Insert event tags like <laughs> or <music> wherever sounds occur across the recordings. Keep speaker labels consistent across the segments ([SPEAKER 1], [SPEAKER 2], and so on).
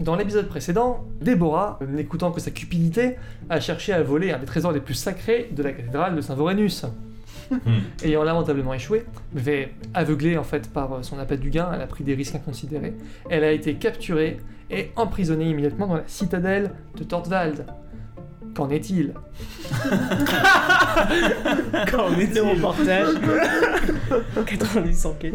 [SPEAKER 1] Dans l'épisode précédent, Déborah, n'écoutant que sa cupidité, a cherché à voler un des trésors les plus sacrés de la cathédrale de Saint-Vorenus. Ayant lamentablement échoué, mais aveuglée en fait par son appel du gain, elle a pris des risques inconsidérés. Elle a été capturée et emprisonnée immédiatement dans la citadelle de Tortwald. Qu'en est-il <laughs>
[SPEAKER 2] Quand on était au <laughs> reportage. 90 enquêtes.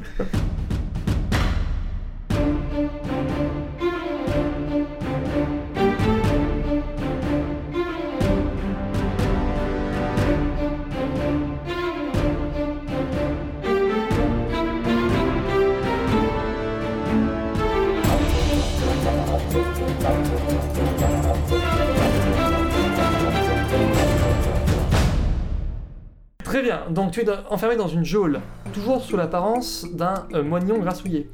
[SPEAKER 1] Très bien, donc tu es dans- enfermé dans une geôle, toujours sous l'apparence d'un euh, moignon grassouillé.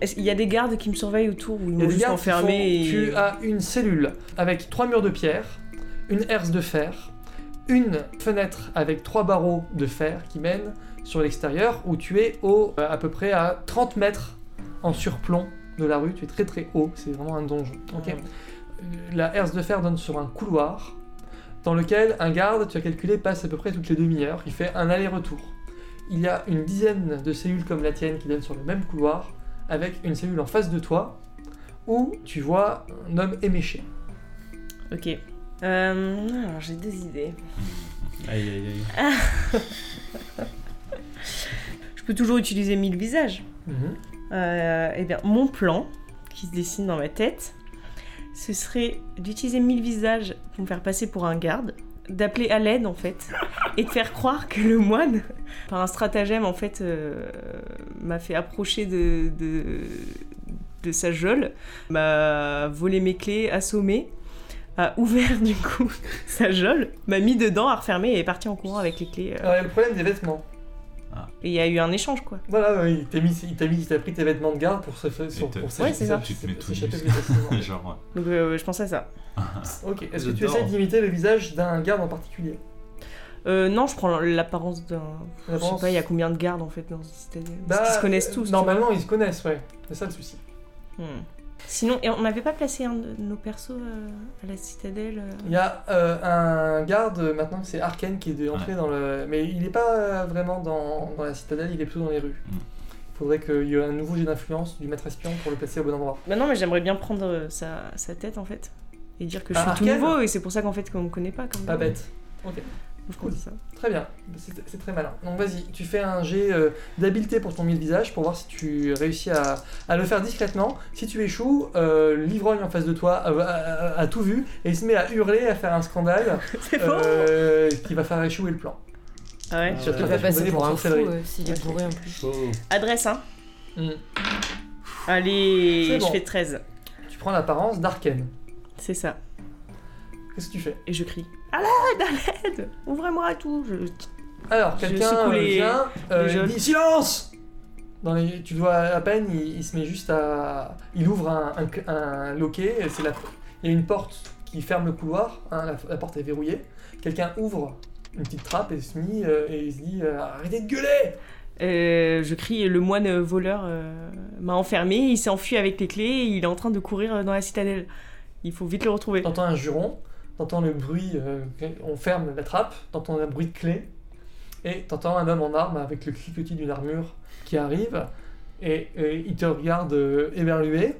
[SPEAKER 2] Est-ce qu'il y a des gardes qui me surveillent autour ou ils
[SPEAKER 1] Il y a
[SPEAKER 2] m'ont
[SPEAKER 1] des
[SPEAKER 2] juste
[SPEAKER 1] gardes qui font-
[SPEAKER 2] enfermé et...
[SPEAKER 1] Tu as une cellule avec trois murs de pierre, une herse de fer, une fenêtre avec trois barreaux de fer qui mènent sur l'extérieur où tu es au, euh, à peu près à 30 mètres en surplomb de la rue. Tu es très très haut, c'est vraiment un donjon. Ok.
[SPEAKER 2] Ah.
[SPEAKER 1] Euh, La herse de fer donne sur un couloir dans lequel un garde, tu as calculé, passe à peu près toutes les demi-heures. Il fait un aller-retour. Il y a une dizaine de cellules comme la tienne qui donnent sur le même couloir, avec une cellule en face de toi où tu vois un homme éméché.
[SPEAKER 2] Ok. Euh, alors j'ai des idées.
[SPEAKER 3] Aïe aïe aïe.
[SPEAKER 2] Je peux toujours utiliser mille visages.
[SPEAKER 3] Mhm.
[SPEAKER 2] Euh, eh bien, mon plan qui se dessine dans ma tête, ce serait d'utiliser mille visages pour me faire passer pour un garde, d'appeler à l'aide en fait, et de faire croire que le moine, par un stratagème en fait, euh, m'a fait approcher de, de, de sa geôle, m'a volé mes clés, assommé, a ouvert <laughs> du coup sa geôle, m'a mis dedans, a refermé et est parti en courant avec les clés. euh.
[SPEAKER 1] Alors, il y a le problème des vêtements.
[SPEAKER 2] Et il y a eu un échange quoi.
[SPEAKER 1] Voilà, ouais, il t'a mis, il t'a mis- il t'a pris tes vêtements de garde pour se faire,
[SPEAKER 3] Et
[SPEAKER 1] sur-
[SPEAKER 3] te-
[SPEAKER 1] pour
[SPEAKER 2] Ouais, c'est ça.
[SPEAKER 3] Tu te mets tout
[SPEAKER 1] s'échapper
[SPEAKER 3] nu.
[SPEAKER 1] plus facilement.
[SPEAKER 3] <laughs> Genre, ouais.
[SPEAKER 2] Donc euh, je pense à ça.
[SPEAKER 1] Ok, est-ce que tu
[SPEAKER 3] J'adore.
[SPEAKER 1] essaies d'imiter le visage d'un garde en particulier
[SPEAKER 2] Euh, non, je prends l'apparence d'un. Je sais
[SPEAKER 1] L'apparence-
[SPEAKER 2] pas, il y a combien de gardes en fait dans cette citadelle Parce
[SPEAKER 1] Bah,
[SPEAKER 2] qu'ils se connaissent tous. tu
[SPEAKER 1] Normalement, ils se connaissent, ouais. C'est ça le souci.
[SPEAKER 2] vois. Hmm. Sinon, et on n'avait pas placé un de nos persos euh, à la citadelle euh,
[SPEAKER 1] Il y a euh, un garde, euh, maintenant c'est Arkane qui est entré dans le. Mais il n'est pas euh, vraiment dans, dans la citadelle, il est plutôt dans les rues.
[SPEAKER 3] Mm.
[SPEAKER 1] Il faudrait qu'il y ait un nouveau jet d'influence du maître espion pour le placer au bon endroit.
[SPEAKER 2] Bah non, mais j'aimerais bien prendre euh, sa, sa tête en fait. Et dire que je
[SPEAKER 1] Ah,
[SPEAKER 2] suis tout
[SPEAKER 1] Arcane Ah.
[SPEAKER 2] nouveau et c'est pour ça qu'en fait qu'on me connaît pas comme
[SPEAKER 1] Pas bête.
[SPEAKER 2] Je pense ça.
[SPEAKER 1] Très bien, c'est c'est très malin. Donc vas-y, tu fais un jet euh, d'habileté pour ton mille visage pour voir si tu réussis à, à le faire discrètement. Si tu échoues, euh, l'ivrogne en face de toi euh, a, a- a tout vu et il se met à hurler, à faire un scandale
[SPEAKER 2] C'est
[SPEAKER 1] euh, qui va faire échouer le plan.
[SPEAKER 2] bon Ouais.
[SPEAKER 1] Ah
[SPEAKER 4] Je te
[SPEAKER 1] ouais.
[SPEAKER 4] fais passer pour un fou
[SPEAKER 1] Sorcellerie.
[SPEAKER 4] euh, s'il est bourré en plus.
[SPEAKER 1] Ah.
[SPEAKER 2] Adresse, hein
[SPEAKER 1] Hmm. C'est
[SPEAKER 2] Allez,
[SPEAKER 1] bon.
[SPEAKER 2] je fais 13.
[SPEAKER 1] Tu prends l'apparence d'Arken.
[SPEAKER 2] C'est ça.
[SPEAKER 1] Qu'est-ce que tu fais
[SPEAKER 2] Et je crie À l'aide, à l'aide Ouvrez-moi tout je...
[SPEAKER 1] Alors,
[SPEAKER 2] Je
[SPEAKER 1] quelqu'un
[SPEAKER 2] secoue
[SPEAKER 1] euh,
[SPEAKER 2] les-
[SPEAKER 1] vient, euh,
[SPEAKER 2] les
[SPEAKER 1] il
[SPEAKER 2] jaunes.
[SPEAKER 1] dit silence Dans les- Tu le vois à peine, il, il se met juste à. Il ouvre un, un cl- un loquet, et c'est la... il y a une porte qui ferme le couloir, hein, la, la porte est verrouillée. Quelqu'un ouvre une petite trappe et se met euh, et il se dit euh, arrêtez de gueuler
[SPEAKER 2] Euh, je crie le moine voleur euh, m'a enfermé, il s'est enfui avec les clés et il est en train de courir euh, dans la citadelle. Il faut vite le retrouver.
[SPEAKER 1] T'entends un juron, t'entends le bruit, euh, on ferme la trappe, t'entends un bruit de clé, et t'entends un homme en arme avec le cliquetis d'une armure qui arrive, et, et il te regarde euh, éberlué.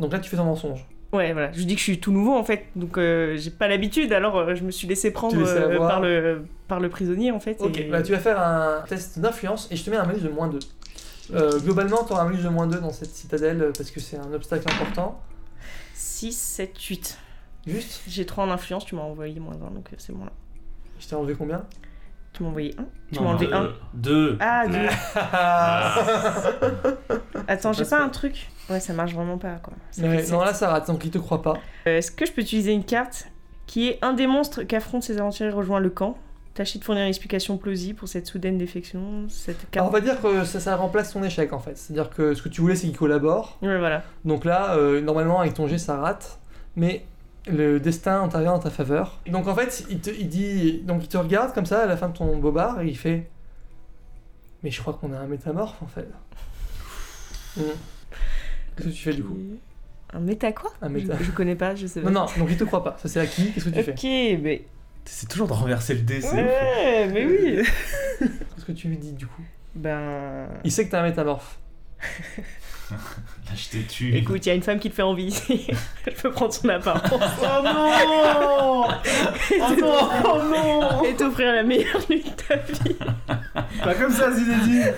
[SPEAKER 1] Donc là, tu fais ton mensonge.
[SPEAKER 2] Ouais, voilà. Je lui dis que je suis tout nouveau en fait, donc euh, j'ai pas l'habitude, alors euh, je me suis laissé prendre
[SPEAKER 1] laissé
[SPEAKER 2] euh,
[SPEAKER 1] avoir.
[SPEAKER 2] par, le, par le prisonnier en fait.
[SPEAKER 1] Ok,
[SPEAKER 2] et-
[SPEAKER 1] bah, tu vas faire un test d'influence, et je te mets un malus de moins 2. Euh, globalement, t'auras un malus de moins 2 dans cette citadelle euh, parce que c'est un obstacle important.
[SPEAKER 2] 6, 7, 8.
[SPEAKER 1] Juste,
[SPEAKER 2] J'ai 3 en influence, tu m'as envoyé moins 1, donc euh, c'est bon là.
[SPEAKER 1] je t'ai enlevé combien
[SPEAKER 2] Tu m'as envoyé 1 Tu
[SPEAKER 3] Non,
[SPEAKER 2] m'as enlevé
[SPEAKER 3] deux.
[SPEAKER 2] 1
[SPEAKER 3] Deux.
[SPEAKER 2] Ah, deux.
[SPEAKER 3] Ah.
[SPEAKER 2] Attends,
[SPEAKER 1] Ça
[SPEAKER 2] j'ai
[SPEAKER 1] passe
[SPEAKER 2] pas
[SPEAKER 1] pas.
[SPEAKER 2] un truc Ouais, ça marche vraiment pas quoi. Ça
[SPEAKER 1] Ouais,
[SPEAKER 2] fait sept.
[SPEAKER 1] Non, là, ça rate, donc il te croit pas.
[SPEAKER 2] Euh, Est-ce que je peux utiliser une carte qui est un des monstres qu'affrontent ces aventuriers rejoint le camp Tâchez de fournir une explication plausible pour cette soudaine défection, cette
[SPEAKER 1] Alors,
[SPEAKER 2] carte.
[SPEAKER 1] on va dire que ça, ça remplace ton échec en fait. C'est-à-dire que ce que tu voulais, c'est qu'il collabore.
[SPEAKER 2] Ouais, voilà.
[SPEAKER 1] Donc là, euh, normalement, avec ton jet, ça rate, mais le destin intervient en ta faveur. Donc en fait, il te, il dit, donc il te regarde comme ça à la fin de ton bobard et il fait Hmm. Mais je crois qu'on a un métamorphe en fait. Mm. Qu'est-ce que tu fais du coup
[SPEAKER 2] Un méta quoi
[SPEAKER 1] Un méta.
[SPEAKER 2] Je, je connais pas, je sais pas.
[SPEAKER 1] Non, non, donc il te croit pas. Ça c'est acquis. Qu'est-ce que tu fais
[SPEAKER 2] Ok, mais.
[SPEAKER 3] C'est toujours de renverser le dé, c'est ouf.
[SPEAKER 2] Ouais, mais oui
[SPEAKER 1] Qu'est-ce que tu lui dis du coup
[SPEAKER 2] Ben.
[SPEAKER 1] Il sait que t'es un métamorphe.
[SPEAKER 3] Là, Ah, je t'ai tué.
[SPEAKER 2] Écoute, il y a une femme qui te fait envie <laughs> ici. je peux prendre son apparence
[SPEAKER 3] Oh non
[SPEAKER 2] <laughs> et
[SPEAKER 3] Oh
[SPEAKER 2] te-
[SPEAKER 3] non Oh non
[SPEAKER 2] et t'offrir la meilleure nuit de ta vie.
[SPEAKER 3] Pas comme
[SPEAKER 1] <laughs>
[SPEAKER 3] ça, Zinedine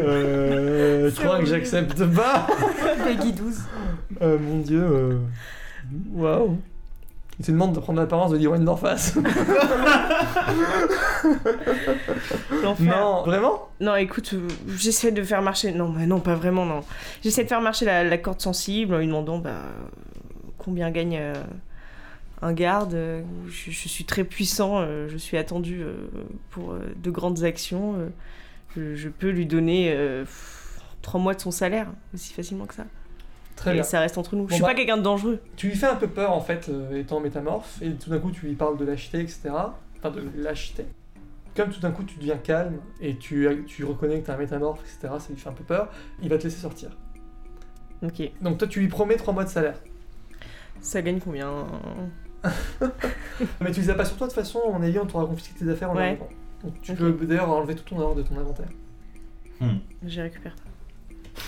[SPEAKER 1] Euh,
[SPEAKER 2] C'est
[SPEAKER 1] tu crois que
[SPEAKER 2] horrible.
[SPEAKER 1] j'accepte pas
[SPEAKER 2] Peggy 12.
[SPEAKER 1] Euh, Mon dieu. euh, Waouh. Il te demande de prendre l'apparence de l'héroïne d'en face. non, vraiment
[SPEAKER 2] Non, écoute, euh, j'essaie de faire marcher. Non, mais non, pas vraiment, non. J'essaie de faire marcher la, la corde sensible en lui demandant bah, combien gagne euh, un garde. euh, Je, je suis très puissant, euh, je suis attendu euh, pour euh, de grandes actions. euh, je, je peux lui donner euh, pff, trois mois de son salaire aussi facilement que ça.
[SPEAKER 1] Très
[SPEAKER 2] Et
[SPEAKER 1] bien.
[SPEAKER 2] ça reste entre nous.
[SPEAKER 1] Bon,
[SPEAKER 2] je suis
[SPEAKER 1] bah.
[SPEAKER 2] pas quelqu'un de dangereux.
[SPEAKER 1] Tu lui fais un peu peur en fait, euh, étant métamorphe, et tout d'un coup tu lui parles de lâcheté, etc. Enfin de lâcheté. Comme tout d'un coup tu deviens calme et tu, tu reconnais que t'es un métamorphe, etc. Ça lui fait un peu peur. Il va te laisser sortir.
[SPEAKER 2] Ok.
[SPEAKER 1] Donc toi tu lui promets 3 mois de salaire.
[SPEAKER 2] Ça gagne combien
[SPEAKER 1] Mais tu les as pas sur toi de toute façon, en ayant, on t'aura confisqué tes affaires en
[SPEAKER 2] Ouais.
[SPEAKER 1] arrivant. Donc tu
[SPEAKER 2] Ok.
[SPEAKER 1] peux d'ailleurs enlever tout ton or de ton inventaire.
[SPEAKER 2] J'y récupère pas.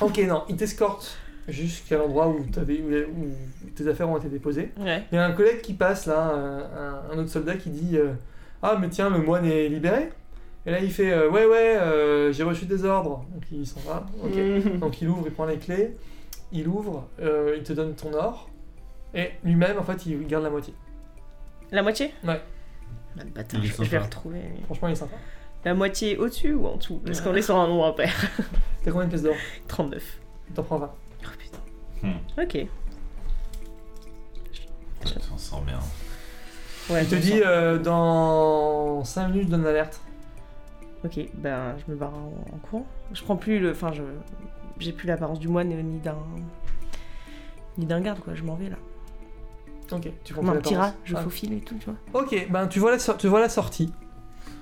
[SPEAKER 1] Ok, non, il t'escorte jusqu'à l'endroit où, t'avais- où- où tes affaires ont été déposées.
[SPEAKER 2] Ouais.
[SPEAKER 1] Il y a un collègue qui passe là, un, un autre soldat qui dit euh, Ah, mais tiens, le moine est libéré Et là il fait euh, Ouais, ouais, euh, j'ai reçu des ordres. Donc il s'en va. Ok.
[SPEAKER 2] Mm.
[SPEAKER 1] Donc il ouvre, il prend les clés, il ouvre, euh, il te donne ton or. Et lui-même, en fait, il garde la moitié.
[SPEAKER 2] La moitié
[SPEAKER 1] Ouais.
[SPEAKER 2] Bah, le bâtard,
[SPEAKER 3] Il est
[SPEAKER 2] je, je vais
[SPEAKER 3] sympa.
[SPEAKER 2] retrouver. lui.
[SPEAKER 1] Franchement, il est sympa.
[SPEAKER 2] La moitié au-dessus ou en dessous Parce qu'on est sur un nombre impair. <laughs>
[SPEAKER 1] T'as combien de pièces d'or
[SPEAKER 2] 39.
[SPEAKER 1] Il t'en prend 20.
[SPEAKER 2] Oh putain.
[SPEAKER 3] Hmm.
[SPEAKER 2] Ok.
[SPEAKER 3] On s'en sort bien.
[SPEAKER 2] Ouais,
[SPEAKER 1] Il te
[SPEAKER 2] bon
[SPEAKER 1] dit euh, Dans 5 minutes, je donne l'alerte.
[SPEAKER 2] sang. Ok, ben je me barre en, en courant. Je prends plus le. Enfin, je. J'ai plus l'apparence du moine euh, ni d'un. ni d'un garde quoi, je m'en vais là.
[SPEAKER 1] Ok, tu
[SPEAKER 2] Comme
[SPEAKER 1] comprends
[SPEAKER 2] un petit rat,
[SPEAKER 1] l'apparence.
[SPEAKER 2] je
[SPEAKER 1] Ah.
[SPEAKER 2] faufile et tout, tu vois.
[SPEAKER 1] Ok, ben tu vois la, sor- tu vois la sortie.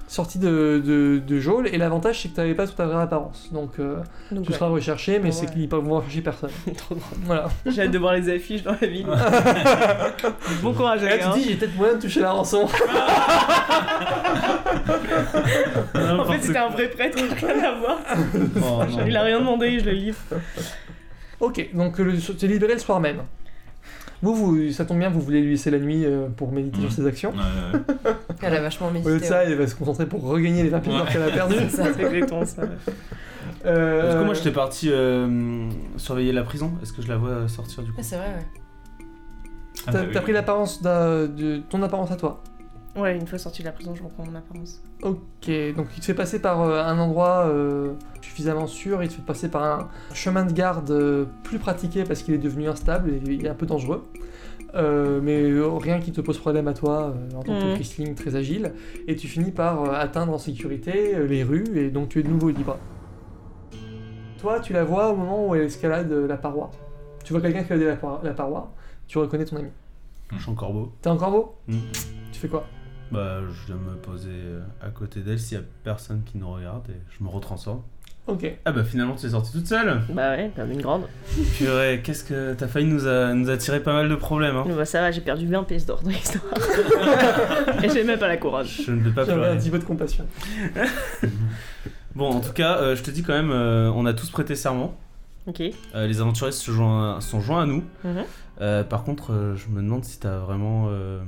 [SPEAKER 1] Sortie de, de, de geôle, et l'avantage c'est que t'avais pas toute ta vraie apparence. Donc euh,
[SPEAKER 2] Donc,
[SPEAKER 1] tu
[SPEAKER 2] <laughs>
[SPEAKER 1] seras recherché, mais
[SPEAKER 2] Ouais.
[SPEAKER 1] c'est qu'ils peuvent rechercher
[SPEAKER 3] <laughs>
[SPEAKER 1] personne.
[SPEAKER 2] ouais. Trop drôle.
[SPEAKER 1] Voilà.
[SPEAKER 2] J'ai hâte de voir les affiches dans la
[SPEAKER 1] <laughs>
[SPEAKER 2] ville. <laughs> bon courage, hein.
[SPEAKER 1] Et
[SPEAKER 2] les
[SPEAKER 1] <laughs> là, Eh, tu te dis, j'ai peut-être moyen de toucher la
[SPEAKER 3] <laughs>
[SPEAKER 1] rançon.
[SPEAKER 2] <laughs> En fait, c'était un vrai prêtre, rien à voir.
[SPEAKER 1] Ah,
[SPEAKER 3] Oh, non.
[SPEAKER 2] Il a rien demandé, je le livre.
[SPEAKER 1] ok, donc euh, le- t'es libéré le soir même. Vous, vous, ça tombe bien, vous voulez lui laisser la nuit euh, pour méditer
[SPEAKER 3] Mhm.
[SPEAKER 1] sur ses actions.
[SPEAKER 3] Ouais, ouais, ouais.
[SPEAKER 4] Elle a vachement
[SPEAKER 1] Au lieu de
[SPEAKER 4] médité.
[SPEAKER 1] ça, elle va se concentrer pour regagner les 20 pièces d'or
[SPEAKER 3] Ouais.
[SPEAKER 1] qu'elle a perdues.
[SPEAKER 2] Ça, c'est exactement ça.
[SPEAKER 1] Euh,
[SPEAKER 3] <laughs> Parce que moi, j'étais parti euh, surveiller la prison. Est-ce que je la vois sortir du coup
[SPEAKER 4] Ouais, hein. c'est vrai, ouais.
[SPEAKER 3] Ah,
[SPEAKER 1] Euh, T'as
[SPEAKER 3] bah oui.
[SPEAKER 1] t'as pris l'apparence d'un- de ton apparence à toi.
[SPEAKER 2] Ouais, une fois sorti de la prison, je reprends mon apparence.
[SPEAKER 1] Ok, donc il te fait passer par euh, un endroit euh, suffisamment sûr, il te fait passer par un chemin de garde euh, plus pratiqué parce qu'il est devenu instable et il est un peu dangereux. Euh, mais euh, rien qui te pose problème à toi euh, en tant que
[SPEAKER 2] Mhm.
[SPEAKER 1] Christling très agile. Et tu finis par euh, atteindre en sécurité euh, les rues et donc tu es de nouveau libre. Toi, tu la vois au moment où elle escalade euh, la paroi. Tu vois quelqu'un escalader la, par- la paroi, tu reconnais ton ami.
[SPEAKER 3] Je suis encore beau.
[SPEAKER 1] T'es encore beau
[SPEAKER 3] Mhm.
[SPEAKER 1] Tu fais quoi
[SPEAKER 3] Bah, je vais me poser euh, à côté d'elle s'il y a personne qui nous regarde et je me retransforme.
[SPEAKER 1] Ok.
[SPEAKER 3] Ah bah finalement tu es sortie toute seule
[SPEAKER 2] Bah ouais, comme une grande.
[SPEAKER 3] Purée, qu'est-ce que... T'as failli nous, a... nous attirer pas mal de problèmes, hein
[SPEAKER 2] Bah ça va, j'ai perdu 20 pièces d'or dans l'histoire. Et j'ai même pas la courage.
[SPEAKER 3] Je ne vais pas
[SPEAKER 1] J'aimerais un
[SPEAKER 3] pleurer.
[SPEAKER 1] petit peu de compassion.
[SPEAKER 3] Bon, en tout cas, euh, je te dis quand même, euh, on a tous prêté serment.
[SPEAKER 2] Ok.
[SPEAKER 3] Euh, les aventuristes se joignent- sont joints à nous.
[SPEAKER 2] Mhm.
[SPEAKER 3] Euh, par contre, euh, je me demande si t'as vraiment euh,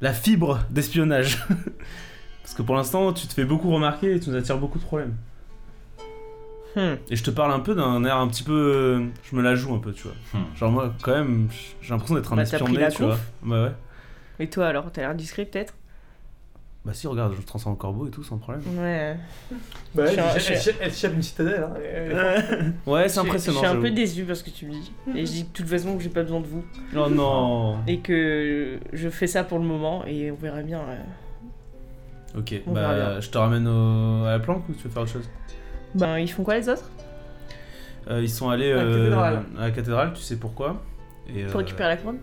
[SPEAKER 3] la fibre d'espionnage. <laughs> Parce que pour l'instant, tu te fais beaucoup remarquer et tu nous attires beaucoup de problèmes.
[SPEAKER 2] Hmm.
[SPEAKER 3] Et je te parle un peu d'un air un petit peu. euh, Je me la joue un peu, tu vois.
[SPEAKER 5] Hmm.
[SPEAKER 3] Genre, moi, quand même, j'ai l'impression d'être un
[SPEAKER 2] Bah, t'as
[SPEAKER 3] espion
[SPEAKER 2] pris
[SPEAKER 3] né,
[SPEAKER 2] la
[SPEAKER 3] tu vois. Bah ouais.
[SPEAKER 2] Et toi alors, t'as l'air discret peut-être
[SPEAKER 3] Bah si, regarde, je me transforme en corbeau et tout, sans problème.
[SPEAKER 2] Ouais.
[SPEAKER 1] Bah,
[SPEAKER 2] Je
[SPEAKER 1] elle,
[SPEAKER 2] suis un- Euh.
[SPEAKER 1] elle-
[SPEAKER 2] je suis-
[SPEAKER 1] elle chape- elle chape une citadelle. hein, elle- elle-
[SPEAKER 3] Ouais, c'est impressionnant.
[SPEAKER 2] Je suis Hmm. un peu
[SPEAKER 3] j'avoue.
[SPEAKER 2] déçu par ce que tu me dis. Et je dis de toute façon que j'ai pas besoin de vous.
[SPEAKER 3] Oh non
[SPEAKER 2] Et que je fais ça pour le moment et on verra bien. euh.
[SPEAKER 3] Ok,
[SPEAKER 2] On verra bien.
[SPEAKER 3] bah je te ramène au- à la planque ou tu veux faire autre chose
[SPEAKER 5] Bah,
[SPEAKER 2] Ben ils font quoi les autres
[SPEAKER 3] Euh, Ils sont allés
[SPEAKER 1] À la
[SPEAKER 3] euh,
[SPEAKER 1] cathédrale.
[SPEAKER 3] à la cathédrale, tu sais pourquoi et, euh,
[SPEAKER 2] Pour récupérer la couronne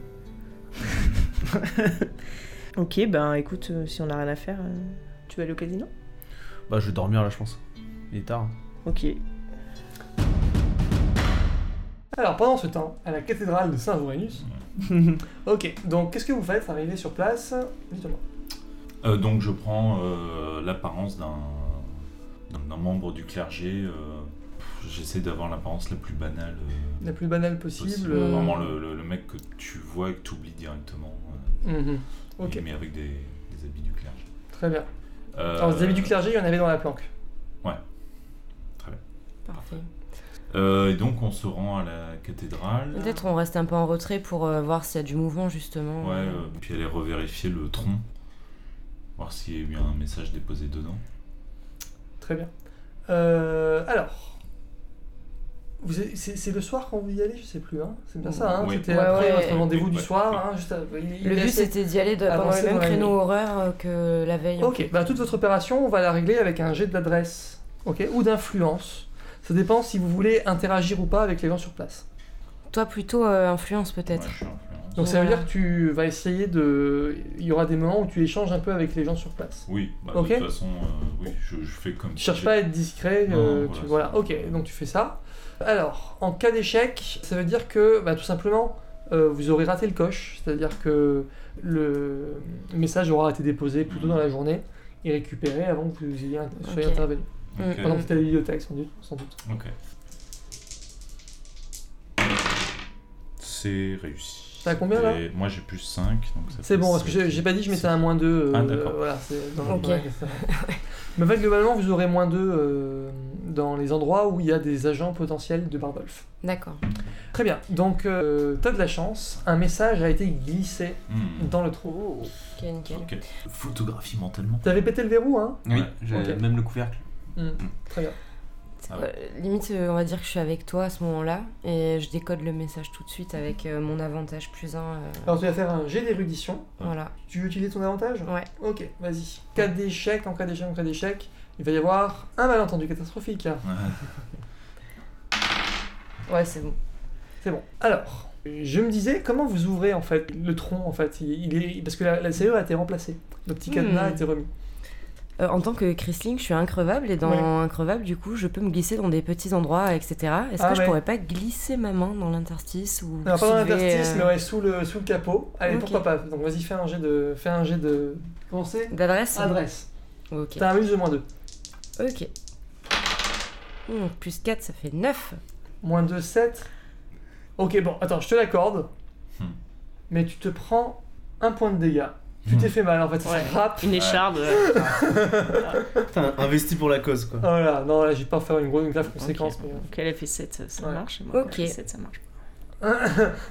[SPEAKER 2] Ok, ben écoute, euh, si on a rien à faire, euh, tu vas aller au casino
[SPEAKER 3] Bah je vais dormir là, je pense. Il est tard.
[SPEAKER 2] Ok.
[SPEAKER 1] Alors, pendant ce temps, à la cathédrale de Saint-Vorenus. ok, donc qu'est-ce que vous faites arrivé sur place Dites-moi.
[SPEAKER 4] Euh, donc je prends euh, l'apparence d'un d'un- d'un membre du clergé. euh, pff, J'essaie d'avoir l'apparence la plus banale euh,
[SPEAKER 1] La plus banale
[SPEAKER 4] possible.
[SPEAKER 1] possible.
[SPEAKER 2] euh,
[SPEAKER 4] Vraiment le, le- le mec que tu vois et que tu oublies directement.
[SPEAKER 1] Mhm.
[SPEAKER 4] euh,
[SPEAKER 1] Ok,
[SPEAKER 4] Mais avec des, des habits du clergé.
[SPEAKER 1] très bien.
[SPEAKER 4] Euh,
[SPEAKER 1] Alors, les habits du clergé, il y en avait dans la planque.
[SPEAKER 4] Parfait. euh, et donc on se rend à la cathédrale.
[SPEAKER 5] Peut-être on reste un peu en retrait pour euh, voir s'il y a du mouvement justement.
[SPEAKER 4] Ouais, euh, puis aller revérifier le tronc. Voir s'il y a eu un message déposé dedans.
[SPEAKER 1] Très bien. Euh, alors, vous êtes- c'est c'est le soir quand vous y allez, je sais plus. Hein. C'est bien ça. Hein.
[SPEAKER 4] Oui.
[SPEAKER 1] C'était
[SPEAKER 5] Ouais,
[SPEAKER 1] après
[SPEAKER 5] ouais.
[SPEAKER 1] votre rendez-vous
[SPEAKER 4] Oui,
[SPEAKER 1] du
[SPEAKER 4] ouais.
[SPEAKER 1] soir. Hein, juste à- il- il
[SPEAKER 5] Le but
[SPEAKER 1] laissait-
[SPEAKER 5] c'était d'y aller de- pendant
[SPEAKER 1] Avancer
[SPEAKER 5] le même
[SPEAKER 1] dans la nuit.
[SPEAKER 5] créneau horaire euh, que la veille.
[SPEAKER 1] Ok, bah, toute votre opération, on va la régler avec un jet d'adresse, ok, ou d'influence. Ça dépend si vous voulez interagir ou pas avec les gens sur place.
[SPEAKER 5] Toi plutôt euh, influence peut-être.
[SPEAKER 4] Ouais, je suis influent.
[SPEAKER 1] Donc ça veut
[SPEAKER 5] Ouais.
[SPEAKER 1] dire que tu vas essayer de. Il y aura des moments où tu échanges un peu avec les gens sur place.
[SPEAKER 4] Oui, bah,
[SPEAKER 1] Ok.
[SPEAKER 4] de toute façon, euh, oui, je, je fais comme
[SPEAKER 1] Tu
[SPEAKER 4] si
[SPEAKER 1] cherches
[SPEAKER 4] j'ai-
[SPEAKER 1] pas à être discret, euh,
[SPEAKER 4] Non,
[SPEAKER 1] tu-
[SPEAKER 4] voilà,
[SPEAKER 1] voilà. Ok, donc tu fais ça. Alors, en cas d'échec, ça veut dire que, bah, tout simplement, euh, vous aurez raté le coche, c'est-à-dire que le message aura été déposé plus tôt dans la journée et récupéré avant que vous ayez, soyez
[SPEAKER 5] Ok.
[SPEAKER 1] intervenu.
[SPEAKER 5] Mm.
[SPEAKER 1] Pendant que
[SPEAKER 4] euh,
[SPEAKER 5] Mm.
[SPEAKER 1] c'était à la bibliothèque, sans doute. Sans doute.
[SPEAKER 4] Ok. C'est réussi.
[SPEAKER 1] T'as combien, là
[SPEAKER 4] Et Moi j'ai plus 5, donc ça
[SPEAKER 1] C'est
[SPEAKER 4] fait
[SPEAKER 1] bon, parce que
[SPEAKER 4] sept.
[SPEAKER 1] j'ai j'ai pas dit que je mettais un moins 2.
[SPEAKER 4] Ah, d'accord.
[SPEAKER 1] voilà, c'est dans
[SPEAKER 5] Ok.
[SPEAKER 1] ouais, c'est ça. <laughs> Mais en fait, globalement, vous aurez moins 2 dans les endroits où il y a des agents potentiels de Bardolph.
[SPEAKER 5] mm. D'accord.
[SPEAKER 1] Très bien, donc euh, t'as de la chance, un message a été glissé
[SPEAKER 4] Hmm,
[SPEAKER 1] dans le trou.
[SPEAKER 5] Ok, nickel.
[SPEAKER 4] Ok. Photographie mentalement.
[SPEAKER 1] T'avais pété le verrou, hein
[SPEAKER 6] Oui,
[SPEAKER 4] Ouais.
[SPEAKER 6] j'ai
[SPEAKER 1] Ok.
[SPEAKER 6] même le couvercle.
[SPEAKER 1] Mm. Très bien.
[SPEAKER 4] Ah
[SPEAKER 5] Euh, limite euh, on va dire que je suis avec toi à ce moment-là et je décode le message tout de suite avec euh, mon avantage plus 1.
[SPEAKER 1] Alors tu vas faire un jet d'érudition.
[SPEAKER 5] voilà.
[SPEAKER 1] Tu veux utiliser ton avantage
[SPEAKER 5] Ouais.
[SPEAKER 1] Ok, vas-y. Cas d'échec, en cas d'échec, en cas d'échec, il va y avoir un malentendu catastrophique.
[SPEAKER 5] Ouais c'est bon.
[SPEAKER 1] C'est bon. Alors, je me disais comment vous ouvrez en fait le tronc en fait. Il, il est parce que la, la serrure a été remplacée. Le petit cadenas
[SPEAKER 5] Hmm.
[SPEAKER 1] a été remis.
[SPEAKER 5] Euh, en tant que Chrisling, je suis increvable et dans
[SPEAKER 1] Ouais.
[SPEAKER 5] increvable, du coup, je peux me glisser dans des petits endroits, etc. Est-ce
[SPEAKER 1] Ah
[SPEAKER 5] que
[SPEAKER 1] ouais.
[SPEAKER 5] je pourrais pas glisser ma main dans l'interstice ou
[SPEAKER 1] Alors pas dans
[SPEAKER 5] soulever,
[SPEAKER 1] l'interstice,
[SPEAKER 5] euh,
[SPEAKER 1] mais ouais sous le sous le capot. Allez,
[SPEAKER 5] Ok.
[SPEAKER 1] pourquoi pas. Donc vas-y, fais un jet de, fais un jet de. Comment c'est
[SPEAKER 5] d'adresse
[SPEAKER 1] Adresse.
[SPEAKER 5] Ok.
[SPEAKER 1] T'as un bonus de moins 2.
[SPEAKER 5] Ok. Hmm, plus 4, ça fait 9.
[SPEAKER 1] Moins 2, 7. Ok, bon, attends, je te l'accorde.
[SPEAKER 4] Hmm.
[SPEAKER 1] Mais tu te prends un point de dégâts. Tu t'es fait mal en fait, ça
[SPEAKER 2] Ouais.
[SPEAKER 1] frappe.
[SPEAKER 2] Une écharde.
[SPEAKER 3] Putain, investi pour la cause, quoi.
[SPEAKER 1] Voilà, non, là, j'ai pas faire une, grosse- une grave conséquence. mais, euh,
[SPEAKER 2] Donc elle a fait 7, ça
[SPEAKER 1] Ouais.
[SPEAKER 2] marche. et Moi,
[SPEAKER 5] Ok.
[SPEAKER 2] elle a fait 7, ça marche.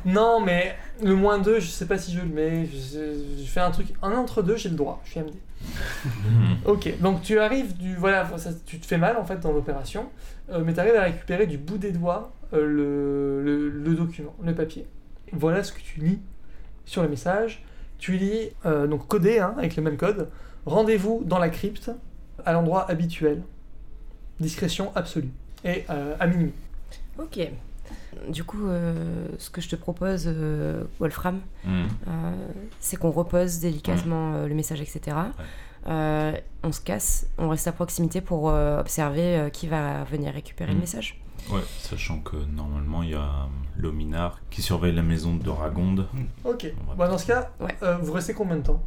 [SPEAKER 1] Non, mais le moins 2, je sais pas si je le mets. Je, je fais un truc. Un entre deux, j'ai le droit. Je suis MD.
[SPEAKER 4] Hmm.
[SPEAKER 1] Ok, donc tu arrives du. Voilà, ça- tu te fais mal en fait dans l'opération. euh, mais tu arrives à récupérer du bout des doigts euh, le, le- le document, le papier. Voilà ce que tu lis sur le message. Tu lis, euh, donc codé, hein, avec le même code. Rendez-vous dans la crypte, à l'endroit habituel. Discrétion absolue. Et euh, à minuit.
[SPEAKER 5] Ok. Du coup, euh, ce que je te propose, euh, Wolfram,
[SPEAKER 4] Hmm.
[SPEAKER 5] euh, c'est qu'on repose délicatement euh, le message, etc.
[SPEAKER 4] Ouais.
[SPEAKER 5] Euh, on se casse, on reste à proximité pour euh, observer euh, qui va venir récupérer
[SPEAKER 4] Mm.
[SPEAKER 5] le message.
[SPEAKER 4] Ouais, sachant que normalement il y a euh, Lominar qui surveille la maison de Ragonde.
[SPEAKER 1] Ok,
[SPEAKER 4] On va
[SPEAKER 1] bah, dans ce cas,
[SPEAKER 5] Ouais.
[SPEAKER 1] euh, vous restez combien de temps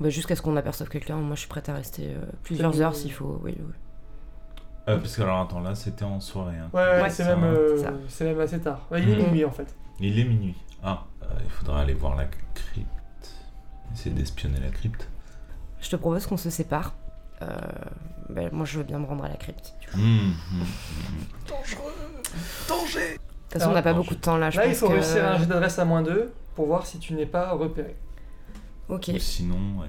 [SPEAKER 5] Bah, Jusqu'à ce qu'on aperçoive quelqu'un, moi je suis prête à rester euh, plusieurs
[SPEAKER 1] Salut.
[SPEAKER 5] heures s'il faut. Oui, oui.
[SPEAKER 4] Euh, parce que alors attends, là c'était en soirée. hein.
[SPEAKER 1] Ouais, ouais, Mm.
[SPEAKER 5] Ouais,
[SPEAKER 1] c'est
[SPEAKER 4] Ça-
[SPEAKER 1] même, euh,
[SPEAKER 5] c'est ça.
[SPEAKER 1] c'est même assez tard. Ouais, il est
[SPEAKER 4] Mhm.
[SPEAKER 1] minuit en fait.
[SPEAKER 4] Il est minuit. Ah, euh, il faudra aller voir la crypte. Essayer d'espionner la crypte.
[SPEAKER 5] Je te propose qu'on se sépare. Euh, bah, moi je veux bien me rendre à la crypte. De
[SPEAKER 4] Hmm, hmm.
[SPEAKER 5] toute façon,
[SPEAKER 1] Alors,
[SPEAKER 5] on n'a pas
[SPEAKER 4] non,
[SPEAKER 5] beaucoup de temps là. Je
[SPEAKER 1] Ah Là, il
[SPEAKER 5] pense
[SPEAKER 1] faut
[SPEAKER 5] que-
[SPEAKER 1] réussir un jet d'adresse à moins 2 pour voir si tu n'es pas repéré.
[SPEAKER 5] Ok,
[SPEAKER 4] Ou sinon, ouais.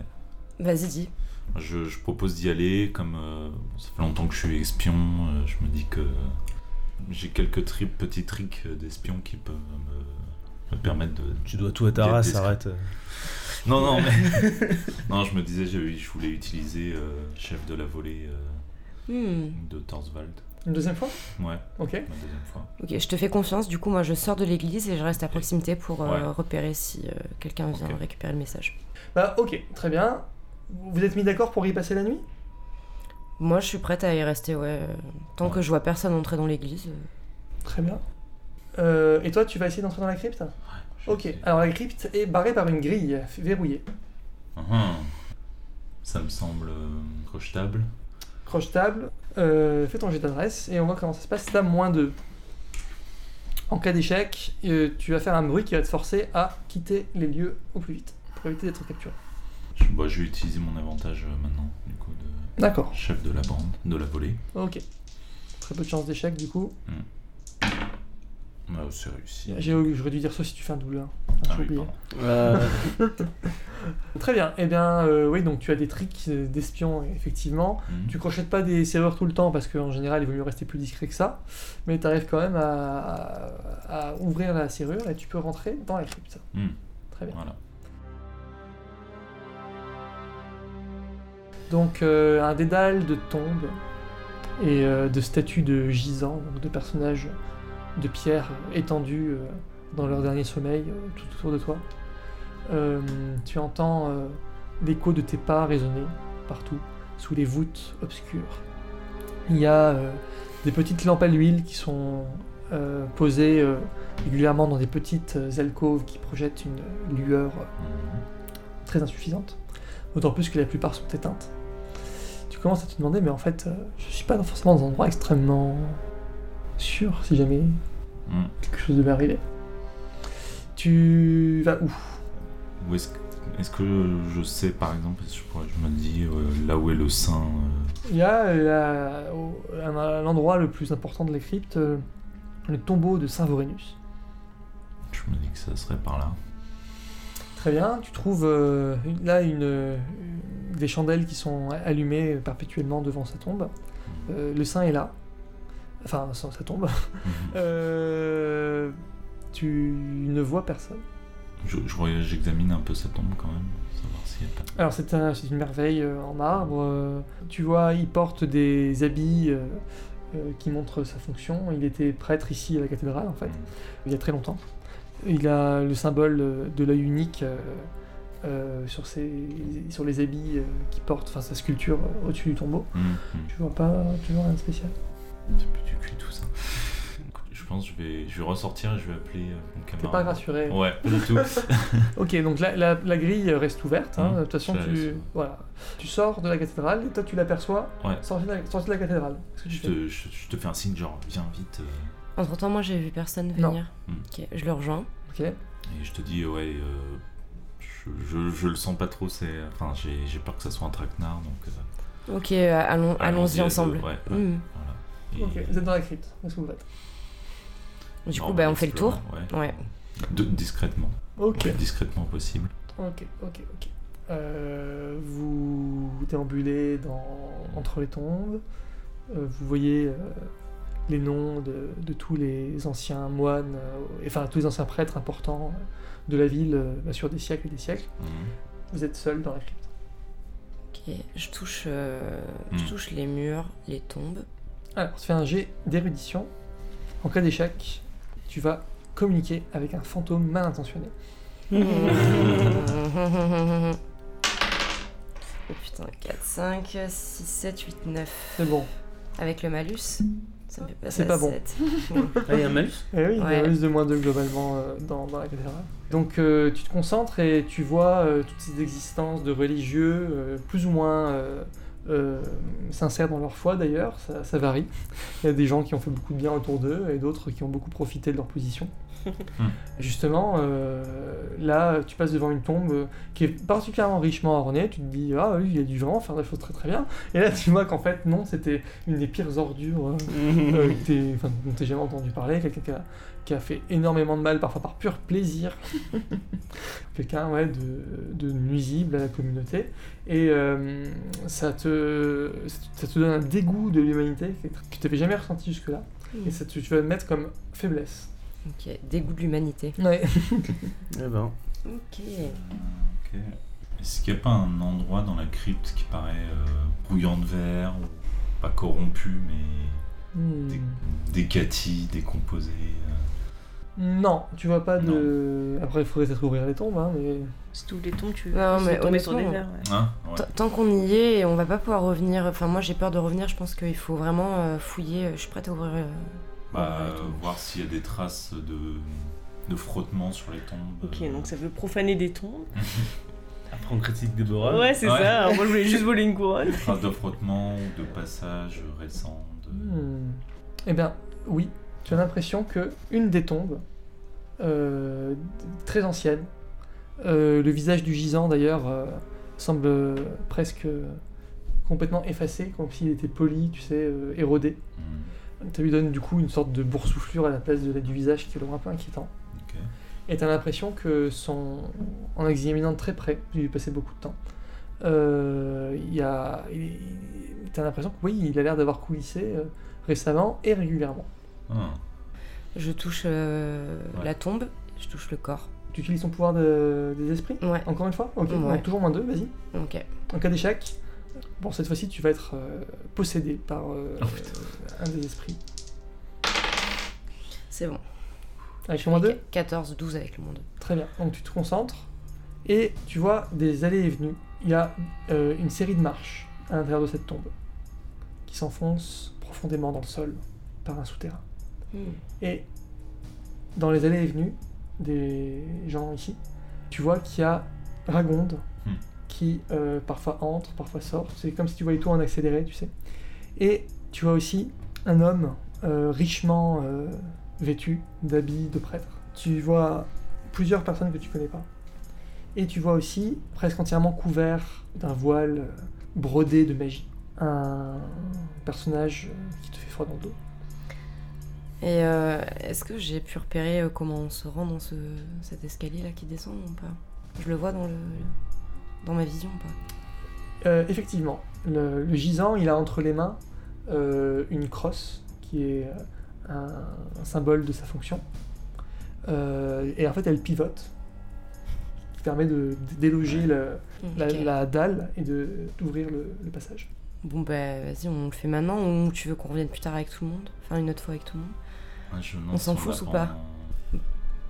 [SPEAKER 5] vas-y, dis.
[SPEAKER 4] Je, je propose d'y aller, comme euh, ça fait longtemps que je suis espion, euh, je me dis que j'ai quelques tri- petits tricks euh, d'espion qui peuvent me, me permettre de...
[SPEAKER 3] Tu dois tout à
[SPEAKER 4] Des-
[SPEAKER 3] ta
[SPEAKER 4] des-
[SPEAKER 3] race, arrête.
[SPEAKER 4] Non, non, mais...
[SPEAKER 1] <laughs>
[SPEAKER 4] non, je me disais, je, je voulais utiliser euh, chef de la volée euh,
[SPEAKER 5] Hmm.
[SPEAKER 4] de Torswald.
[SPEAKER 1] Une deuxième fois
[SPEAKER 4] Ouais,
[SPEAKER 1] Ok.
[SPEAKER 4] la deuxième fois.
[SPEAKER 5] Ok, je te fais confiance. Du coup, moi je sors de l'église et je reste à proximité pour euh,
[SPEAKER 4] Ouais.
[SPEAKER 5] repérer si euh, quelqu'un vient
[SPEAKER 4] Ok.
[SPEAKER 5] récupérer le message.
[SPEAKER 1] Bah, ok, très bien. Vous êtes mis d'accord pour y passer la nuit
[SPEAKER 5] Moi je suis prête à y rester, ouais. euh, Tant
[SPEAKER 4] Ouais.
[SPEAKER 5] que je vois personne entrer dans l'église. euh.
[SPEAKER 1] Très bien. Euh, et toi, tu vas essayer d'entrer dans la crypte Ok, alors la crypte est barrée par une grille verrouillée.
[SPEAKER 4] Uhum. Ah, Ça me semble euh, rejetable.
[SPEAKER 1] Crochetable, euh, fais ton jet d'adresse et on voit comment ça se passe. T'as moins 2. En cas d'échec, euh, tu vas faire un bruit qui va te forcer à quitter les lieux au plus vite pour éviter d'être capturé.
[SPEAKER 4] Je, bah, je vais utiliser mon avantage euh, maintenant, du coup, de
[SPEAKER 1] D'accord,
[SPEAKER 4] chef de la bande, de la volée.
[SPEAKER 1] ok. Très peu de chance d'échec du coup.
[SPEAKER 4] Ah, c'est réussi.
[SPEAKER 1] J'ai- J'aurais dû dire ça si tu fais un double. hein. un.
[SPEAKER 4] Ah
[SPEAKER 1] J'ai
[SPEAKER 4] oui,
[SPEAKER 1] oublié.
[SPEAKER 4] pardon.
[SPEAKER 3] Euh,
[SPEAKER 1] Très bien, et bien euh, oui, donc tu as des tricks euh, d'espion effectivement.
[SPEAKER 4] Mhm.
[SPEAKER 1] Tu crochettes pas des serveurs tout le temps parce qu'en général il vaut mieux rester plus discret que ça, mais tu arrives quand même à, à ouvrir la serrure et tu peux rentrer dans la crypte.
[SPEAKER 4] Hmm.
[SPEAKER 1] Très bien.
[SPEAKER 4] Voilà.
[SPEAKER 1] Donc euh, un dédale de tombes et euh, de statues de gisants, donc de personnages de pierre étendus euh, dans leur dernier sommeil euh, tout autour de toi. Euh, tu entends euh, l'écho de tes pas résonner partout, sous les voûtes obscures. Il y a euh, des petites lampes à l'huile qui sont euh, posées euh, régulièrement dans des petites euh, alcôves qui projettent une lueur
[SPEAKER 4] Mhm.
[SPEAKER 1] très insuffisante, d'autant plus que la plupart sont éteintes. Tu commences à te demander, mais en fait, euh, je suis pas dans- forcément dans un endroit extrêmement sûr si jamais
[SPEAKER 4] Mhm.
[SPEAKER 1] quelque chose devait arriver. Tu vas où
[SPEAKER 4] Où est-ce que, est-ce que je sais, par exemple, je, pourrais- je me dis euh, là où est le sein euh,
[SPEAKER 1] Il y a euh, la- au- un- un- l'endroit le plus important de la crypte, euh, le tombeau de Saint Vorenus.
[SPEAKER 4] Je me dis que ça serait par là.
[SPEAKER 1] Très bien, tu trouves euh, une- là une, euh, des chandelles qui sont allumées perpétuellement devant sa tombe. Euh, le saint est là, enfin sa sa tombe.
[SPEAKER 4] Mhm.
[SPEAKER 1] Euh, tu ne vois personne.
[SPEAKER 4] Je, je regarde- j'examine un peu sa tombe quand même, savoir s'il n'y a pas.
[SPEAKER 1] Alors c'est un- c'est une merveille euh, en marbre. euh, tu vois, il porte des habits euh, euh, qui montrent sa fonction. Il était prêtre ici à la cathédrale en fait, il y a très longtemps. Il a le symbole euh, de l'œil unique euh, euh, sur, ses, sur les habits euh, qu'il porte, enfin sa sculpture euh, au-dessus du tombeau.
[SPEAKER 4] Mhm. Mhm.
[SPEAKER 1] Tu vois pas, tu vois rien de spécial.
[SPEAKER 4] C'est plus du cul tout ça. Écoute, Je pense que je vais, je vais ressortir et je vais appeler euh, mon camarade.
[SPEAKER 1] T'es pas rassuré.
[SPEAKER 4] Ouais, pas
[SPEAKER 5] <laughs>
[SPEAKER 4] du tout.
[SPEAKER 1] Ok, donc la, la- la grille reste ouverte. hein.
[SPEAKER 4] Mhm.
[SPEAKER 1] De toute façon,
[SPEAKER 4] Je la laisse.
[SPEAKER 1] tu, voilà. tu sors de la cathédrale et toi tu l'aperçois
[SPEAKER 4] Ouais.
[SPEAKER 1] sorti de la, sorti de la cathédrale. Qu'est-ce que tu
[SPEAKER 4] je,
[SPEAKER 1] fais
[SPEAKER 4] te, je- je te fais un signe, genre viens vite. euh,
[SPEAKER 5] Entre temps, moi j'ai vu personne
[SPEAKER 1] Non.
[SPEAKER 5] venir.
[SPEAKER 4] Hmm.
[SPEAKER 5] Ok, je le rejoins.
[SPEAKER 1] Ok.
[SPEAKER 4] et je te dis, ouais, euh, je, je, je le sens pas trop. c'est Enfin, j'ai j'ai peur que ça soit un traquenard. Donc, euh,
[SPEAKER 5] Ok, euh, allons- allons-y
[SPEAKER 4] à deux,
[SPEAKER 5] ensemble.
[SPEAKER 4] Ouais, ouais,
[SPEAKER 5] Hmm.
[SPEAKER 4] voilà.
[SPEAKER 1] Ok,
[SPEAKER 4] Et-
[SPEAKER 1] vous êtes dans la crypte. Est-ce que vous faites
[SPEAKER 5] Du
[SPEAKER 4] Non,
[SPEAKER 5] coup, bah, on fait le
[SPEAKER 4] explore,
[SPEAKER 5] tour.
[SPEAKER 4] ouais.
[SPEAKER 5] Ouais.
[SPEAKER 4] De- discrètement.
[SPEAKER 1] Ok.
[SPEAKER 4] Le plus discrètement possible.
[SPEAKER 1] Ok, ok, ok. Euh, vous déambulez dans, entre les tombes. Euh, vous voyez euh, les noms de, de tous les anciens moines, euh, enfin tous les anciens prêtres importants euh, de la ville euh, bah, sur des siècles et des siècles.
[SPEAKER 4] Mhm.
[SPEAKER 1] Vous êtes seul dans la crypte.
[SPEAKER 5] Ok, je touche, euh, je
[SPEAKER 4] Hmm.
[SPEAKER 5] touche les murs, les
[SPEAKER 1] <laughs>
[SPEAKER 5] tombes.
[SPEAKER 1] Alors, tu fais un jet d'érudition. En cas d'échec, tu vas communiquer avec un fantôme mal intentionné.
[SPEAKER 5] oh putain, 4, 5, 6, 7, 8, 9.
[SPEAKER 1] C'est bon.
[SPEAKER 5] Avec le malus, ça me fait passer
[SPEAKER 1] C'est
[SPEAKER 5] à
[SPEAKER 1] pas bon.
[SPEAKER 5] 7.
[SPEAKER 3] ah, y a un <laughs> malus
[SPEAKER 1] Eh oui, il y a
[SPEAKER 5] Ouais.
[SPEAKER 1] plus de moins 2 globalement euh, dans, dans la cathédrale. Donc euh, tu te concentres et tu vois euh, toutes ces existences de religieux, euh, plus ou moins euh, euh, sincères dans leur foi d'ailleurs, ça, ça varie. Il y a des gens qui ont fait beaucoup de bien autour d'eux et d'autres qui ont beaucoup profité de leur position. Justement, euh, là tu passes devant une tombe euh, qui est particulièrement richement ornée, tu te dis ah oui, il y a du vraiment faire des choses très très bien. Et là tu vois qu'en fait non, c'était une des pires ordures. euh,
[SPEAKER 3] Eh
[SPEAKER 1] euh, que t'es- enfin, dont t'es jamais entendu parler, quelqu'un qui a, qui a fait énormément de mal, parfois par pur plaisir, quelqu'un ouais, de, de nuisible à la communauté, et euh, ça, te, ça te donne un dégoût de l'humanité que tu n'avais jamais ressenti jusque-là,
[SPEAKER 5] Mm.
[SPEAKER 1] et ça te- tu vas le mettre comme faiblesse.
[SPEAKER 5] Ok, dégoût de l'humanité.
[SPEAKER 1] Ouais.
[SPEAKER 3] Eh ben,
[SPEAKER 5] Ok.
[SPEAKER 4] Ok. Est-ce qu'il n'y a pas un endroit dans la crypte qui paraît euh, brouillant de verre, ou pas corrompu, mais
[SPEAKER 1] Hmm.
[SPEAKER 4] dé- décati, décomposé euh,
[SPEAKER 1] Non, tu vois pas de. Après, il faudrait peut-être ouvrir les tombes, hein, mais.
[SPEAKER 2] Si tu ouvres les tombes, tu
[SPEAKER 5] Non,
[SPEAKER 2] tu
[SPEAKER 5] mais
[SPEAKER 2] vas tomber sur des
[SPEAKER 5] honnêtement,
[SPEAKER 2] verres. ouais.
[SPEAKER 4] Hein Ouais.
[SPEAKER 5] Tant- Tant qu'on y est, on va pas pouvoir revenir. Enfin, moi j'ai peur de revenir, je pense qu'il faut vraiment euh, fouiller. Je suis prête à ouvrir euh,
[SPEAKER 4] Bah,
[SPEAKER 2] corps et tout.
[SPEAKER 4] euh, voir s'il y a des traces de, de frottement sur les tombes. euh,
[SPEAKER 2] Ok, donc ça veut profaner des tombes.
[SPEAKER 3] Après, on critique Déborah.
[SPEAKER 2] Ouais, c'est
[SPEAKER 4] Ouais.
[SPEAKER 2] ça. Alors, moi, je voulais juste voler une couronne.
[SPEAKER 4] Des traces de frottement ou de passage récent. De...
[SPEAKER 1] Hmm. Eh bien, oui, tu as l'impression que une des tombes, euh, très ancienne, euh, le visage du gisant d'ailleurs euh, semble euh, presque euh, complètement effacé, comme s'il était poli, tu sais, euh, érodé.
[SPEAKER 4] Hmm.
[SPEAKER 1] Ça lui donne du coup une sorte de boursouflure à la place de, du visage qui est un peu inquiétant.
[SPEAKER 4] Ok.
[SPEAKER 1] Et t'as l'impression que son. En examinant de très près, j'ai dû passer beaucoup de temps, euh, il y a. il- il- T'as l'impression que oui, il a l'air d'avoir coulissé euh, récemment et régulièrement.
[SPEAKER 4] Ah.
[SPEAKER 5] Je touche euh,
[SPEAKER 4] Ouais.
[SPEAKER 5] la tombe, je touche le corps.
[SPEAKER 1] Tu utilises ton pouvoir de- des esprits
[SPEAKER 5] Ouais,
[SPEAKER 1] Encore une fois Ok,
[SPEAKER 5] Ouais.
[SPEAKER 1] donc toujours moins deux, vas-y.
[SPEAKER 5] ok.
[SPEAKER 1] En cas d'échec, bon, cette fois-ci, tu vas être euh, possédé par euh,
[SPEAKER 4] Oh, putain.
[SPEAKER 1] un des esprits.
[SPEAKER 5] C'est bon.
[SPEAKER 1] Avec le moins deux
[SPEAKER 5] 14, 12 avec le monde.
[SPEAKER 1] Très bien. Donc tu te concentres et tu vois des allées et venues. Il y a euh, une série de marches à l'intérieur de cette tombe qui s'enfonce profondément dans le sol par un souterrain. Hmm. Et dans les allées et venues des gens ici, tu vois qu'il y a Ragonde
[SPEAKER 4] Hmm.
[SPEAKER 1] qui euh, parfois entre, parfois sort. C'est comme si tu voyais tout en accéléré, tu sais. Et tu vois aussi un homme euh, richement euh, vêtu d'habits de prêtre. Tu vois plusieurs personnes que tu connais pas. Et tu vois aussi, presque entièrement couvert d'un voile euh, brodé de magie, un personnage euh, qui te fait froid dans le dos.
[SPEAKER 5] Et euh, est-ce que j'ai pu repérer euh, comment on se rend dans ce, cet escalier là qui descend ou pas Je le vois dans le dans ma vision ou pas
[SPEAKER 1] Euh, effectivement, le, le gisant, il a entre les mains euh, une crosse qui est euh, un, un symbole de sa fonction. Euh, et en fait, elle pivote, ce qui permet de d- déloger le- la,
[SPEAKER 5] Ok.
[SPEAKER 1] la dalle et de- d'ouvrir le, le passage.
[SPEAKER 5] Bon bah vas-y, on le fait maintenant ou tu veux qu'on revienne plus tard avec tout le monde Enfin une autre fois avec tout le monde
[SPEAKER 4] Ah, je- non,
[SPEAKER 5] On
[SPEAKER 4] si
[SPEAKER 5] s'en fout
[SPEAKER 4] l'a
[SPEAKER 5] ou
[SPEAKER 4] pas
[SPEAKER 5] pas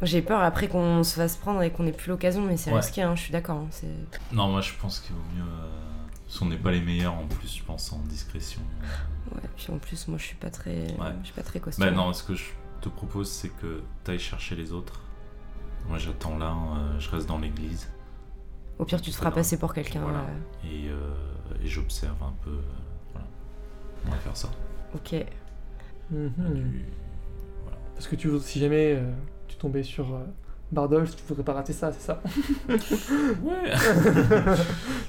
[SPEAKER 4] en-
[SPEAKER 5] J'ai peur après qu'on se fasse prendre et qu'on ait plus l'occasion, mais c'est
[SPEAKER 4] Ouais.
[SPEAKER 5] risqué, hein, je suis d'accord. hein, c'est-
[SPEAKER 4] Non, moi je pense qu'il vaut mieux. euh, Parce qu'on n'est pas les meilleurs en plus, je pense, en discrétion.
[SPEAKER 5] Ouais, puis en plus, moi je suis pas très,
[SPEAKER 4] Ouais.
[SPEAKER 5] je suis pas très costaud.
[SPEAKER 4] Bah non, ce que je te propose, c'est que t'ailles chercher les autres. Moi j'attends là, hein, euh, je reste dans l'église
[SPEAKER 5] Au pire, tu te
[SPEAKER 4] c'est
[SPEAKER 5] feras
[SPEAKER 4] dans-
[SPEAKER 5] passer pour quelqu'un.
[SPEAKER 4] Bah Voilà.
[SPEAKER 5] euh,
[SPEAKER 4] et, euh, et j'observe un peu. euh, voilà. On va faire ça.
[SPEAKER 5] Ok.
[SPEAKER 3] Mhm.
[SPEAKER 1] Hmm.
[SPEAKER 4] Du-
[SPEAKER 1] Parce que tu, veux- si jamais euh, tu tombais sur euh, Bardolph, tu voudrais pas rater ça, c'est ça
[SPEAKER 4] Ouais Non,
[SPEAKER 1] Très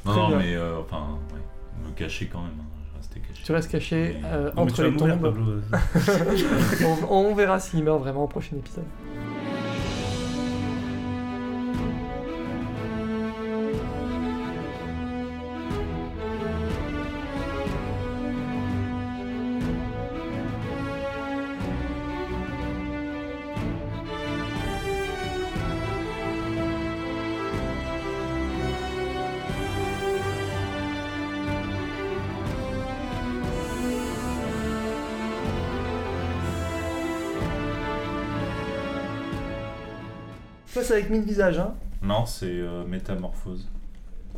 [SPEAKER 4] non,
[SPEAKER 1] bien.
[SPEAKER 4] mais euh, enfin, ouais. Me cacher quand même. hein. Je restais caché.
[SPEAKER 1] Tu restes caché
[SPEAKER 4] Mais-
[SPEAKER 1] euh,
[SPEAKER 3] Non, mais
[SPEAKER 1] entre
[SPEAKER 3] tu vas
[SPEAKER 1] les
[SPEAKER 3] mourir,
[SPEAKER 1] tombes.
[SPEAKER 3] Pablo.
[SPEAKER 1] on, on verra s'il meurt vraiment au prochain épisode. Toi, c'est avec mille visages, hein
[SPEAKER 4] Non, c'est euh, métamorphose.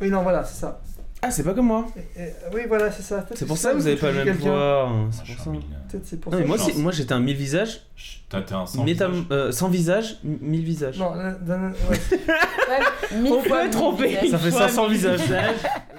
[SPEAKER 1] Oui, non, voilà, c'est ça.
[SPEAKER 3] Ah, c'est pas comme moi.
[SPEAKER 1] Et- et- oui, voilà, c'est ça. Peut-être
[SPEAKER 3] C'est pour ça que vous
[SPEAKER 1] où
[SPEAKER 3] avez
[SPEAKER 1] tu
[SPEAKER 3] pas
[SPEAKER 1] dis
[SPEAKER 3] le même
[SPEAKER 1] quelqu'un.
[SPEAKER 3] pouvoir. hein,
[SPEAKER 4] Moi,
[SPEAKER 3] C'est
[SPEAKER 4] je
[SPEAKER 3] pour
[SPEAKER 4] suis
[SPEAKER 3] ça.
[SPEAKER 4] un mille-
[SPEAKER 1] Peut-être c'est pour
[SPEAKER 3] Non,
[SPEAKER 1] ça.
[SPEAKER 3] mais moi,
[SPEAKER 1] que-
[SPEAKER 4] Chance.
[SPEAKER 3] c'est- moi j'étais un mille visages,
[SPEAKER 4] Chut, T'as t'es un sans
[SPEAKER 3] métam-
[SPEAKER 4] visage.
[SPEAKER 3] euh, sans visage, m- mille visages.
[SPEAKER 1] Non, non, non, non, ouais.
[SPEAKER 5] Mille
[SPEAKER 2] On
[SPEAKER 5] fois
[SPEAKER 2] peut
[SPEAKER 5] mille
[SPEAKER 2] tromper.
[SPEAKER 5] visages.
[SPEAKER 3] Ça fait
[SPEAKER 2] Fois <laughs>
[SPEAKER 3] 500 visages.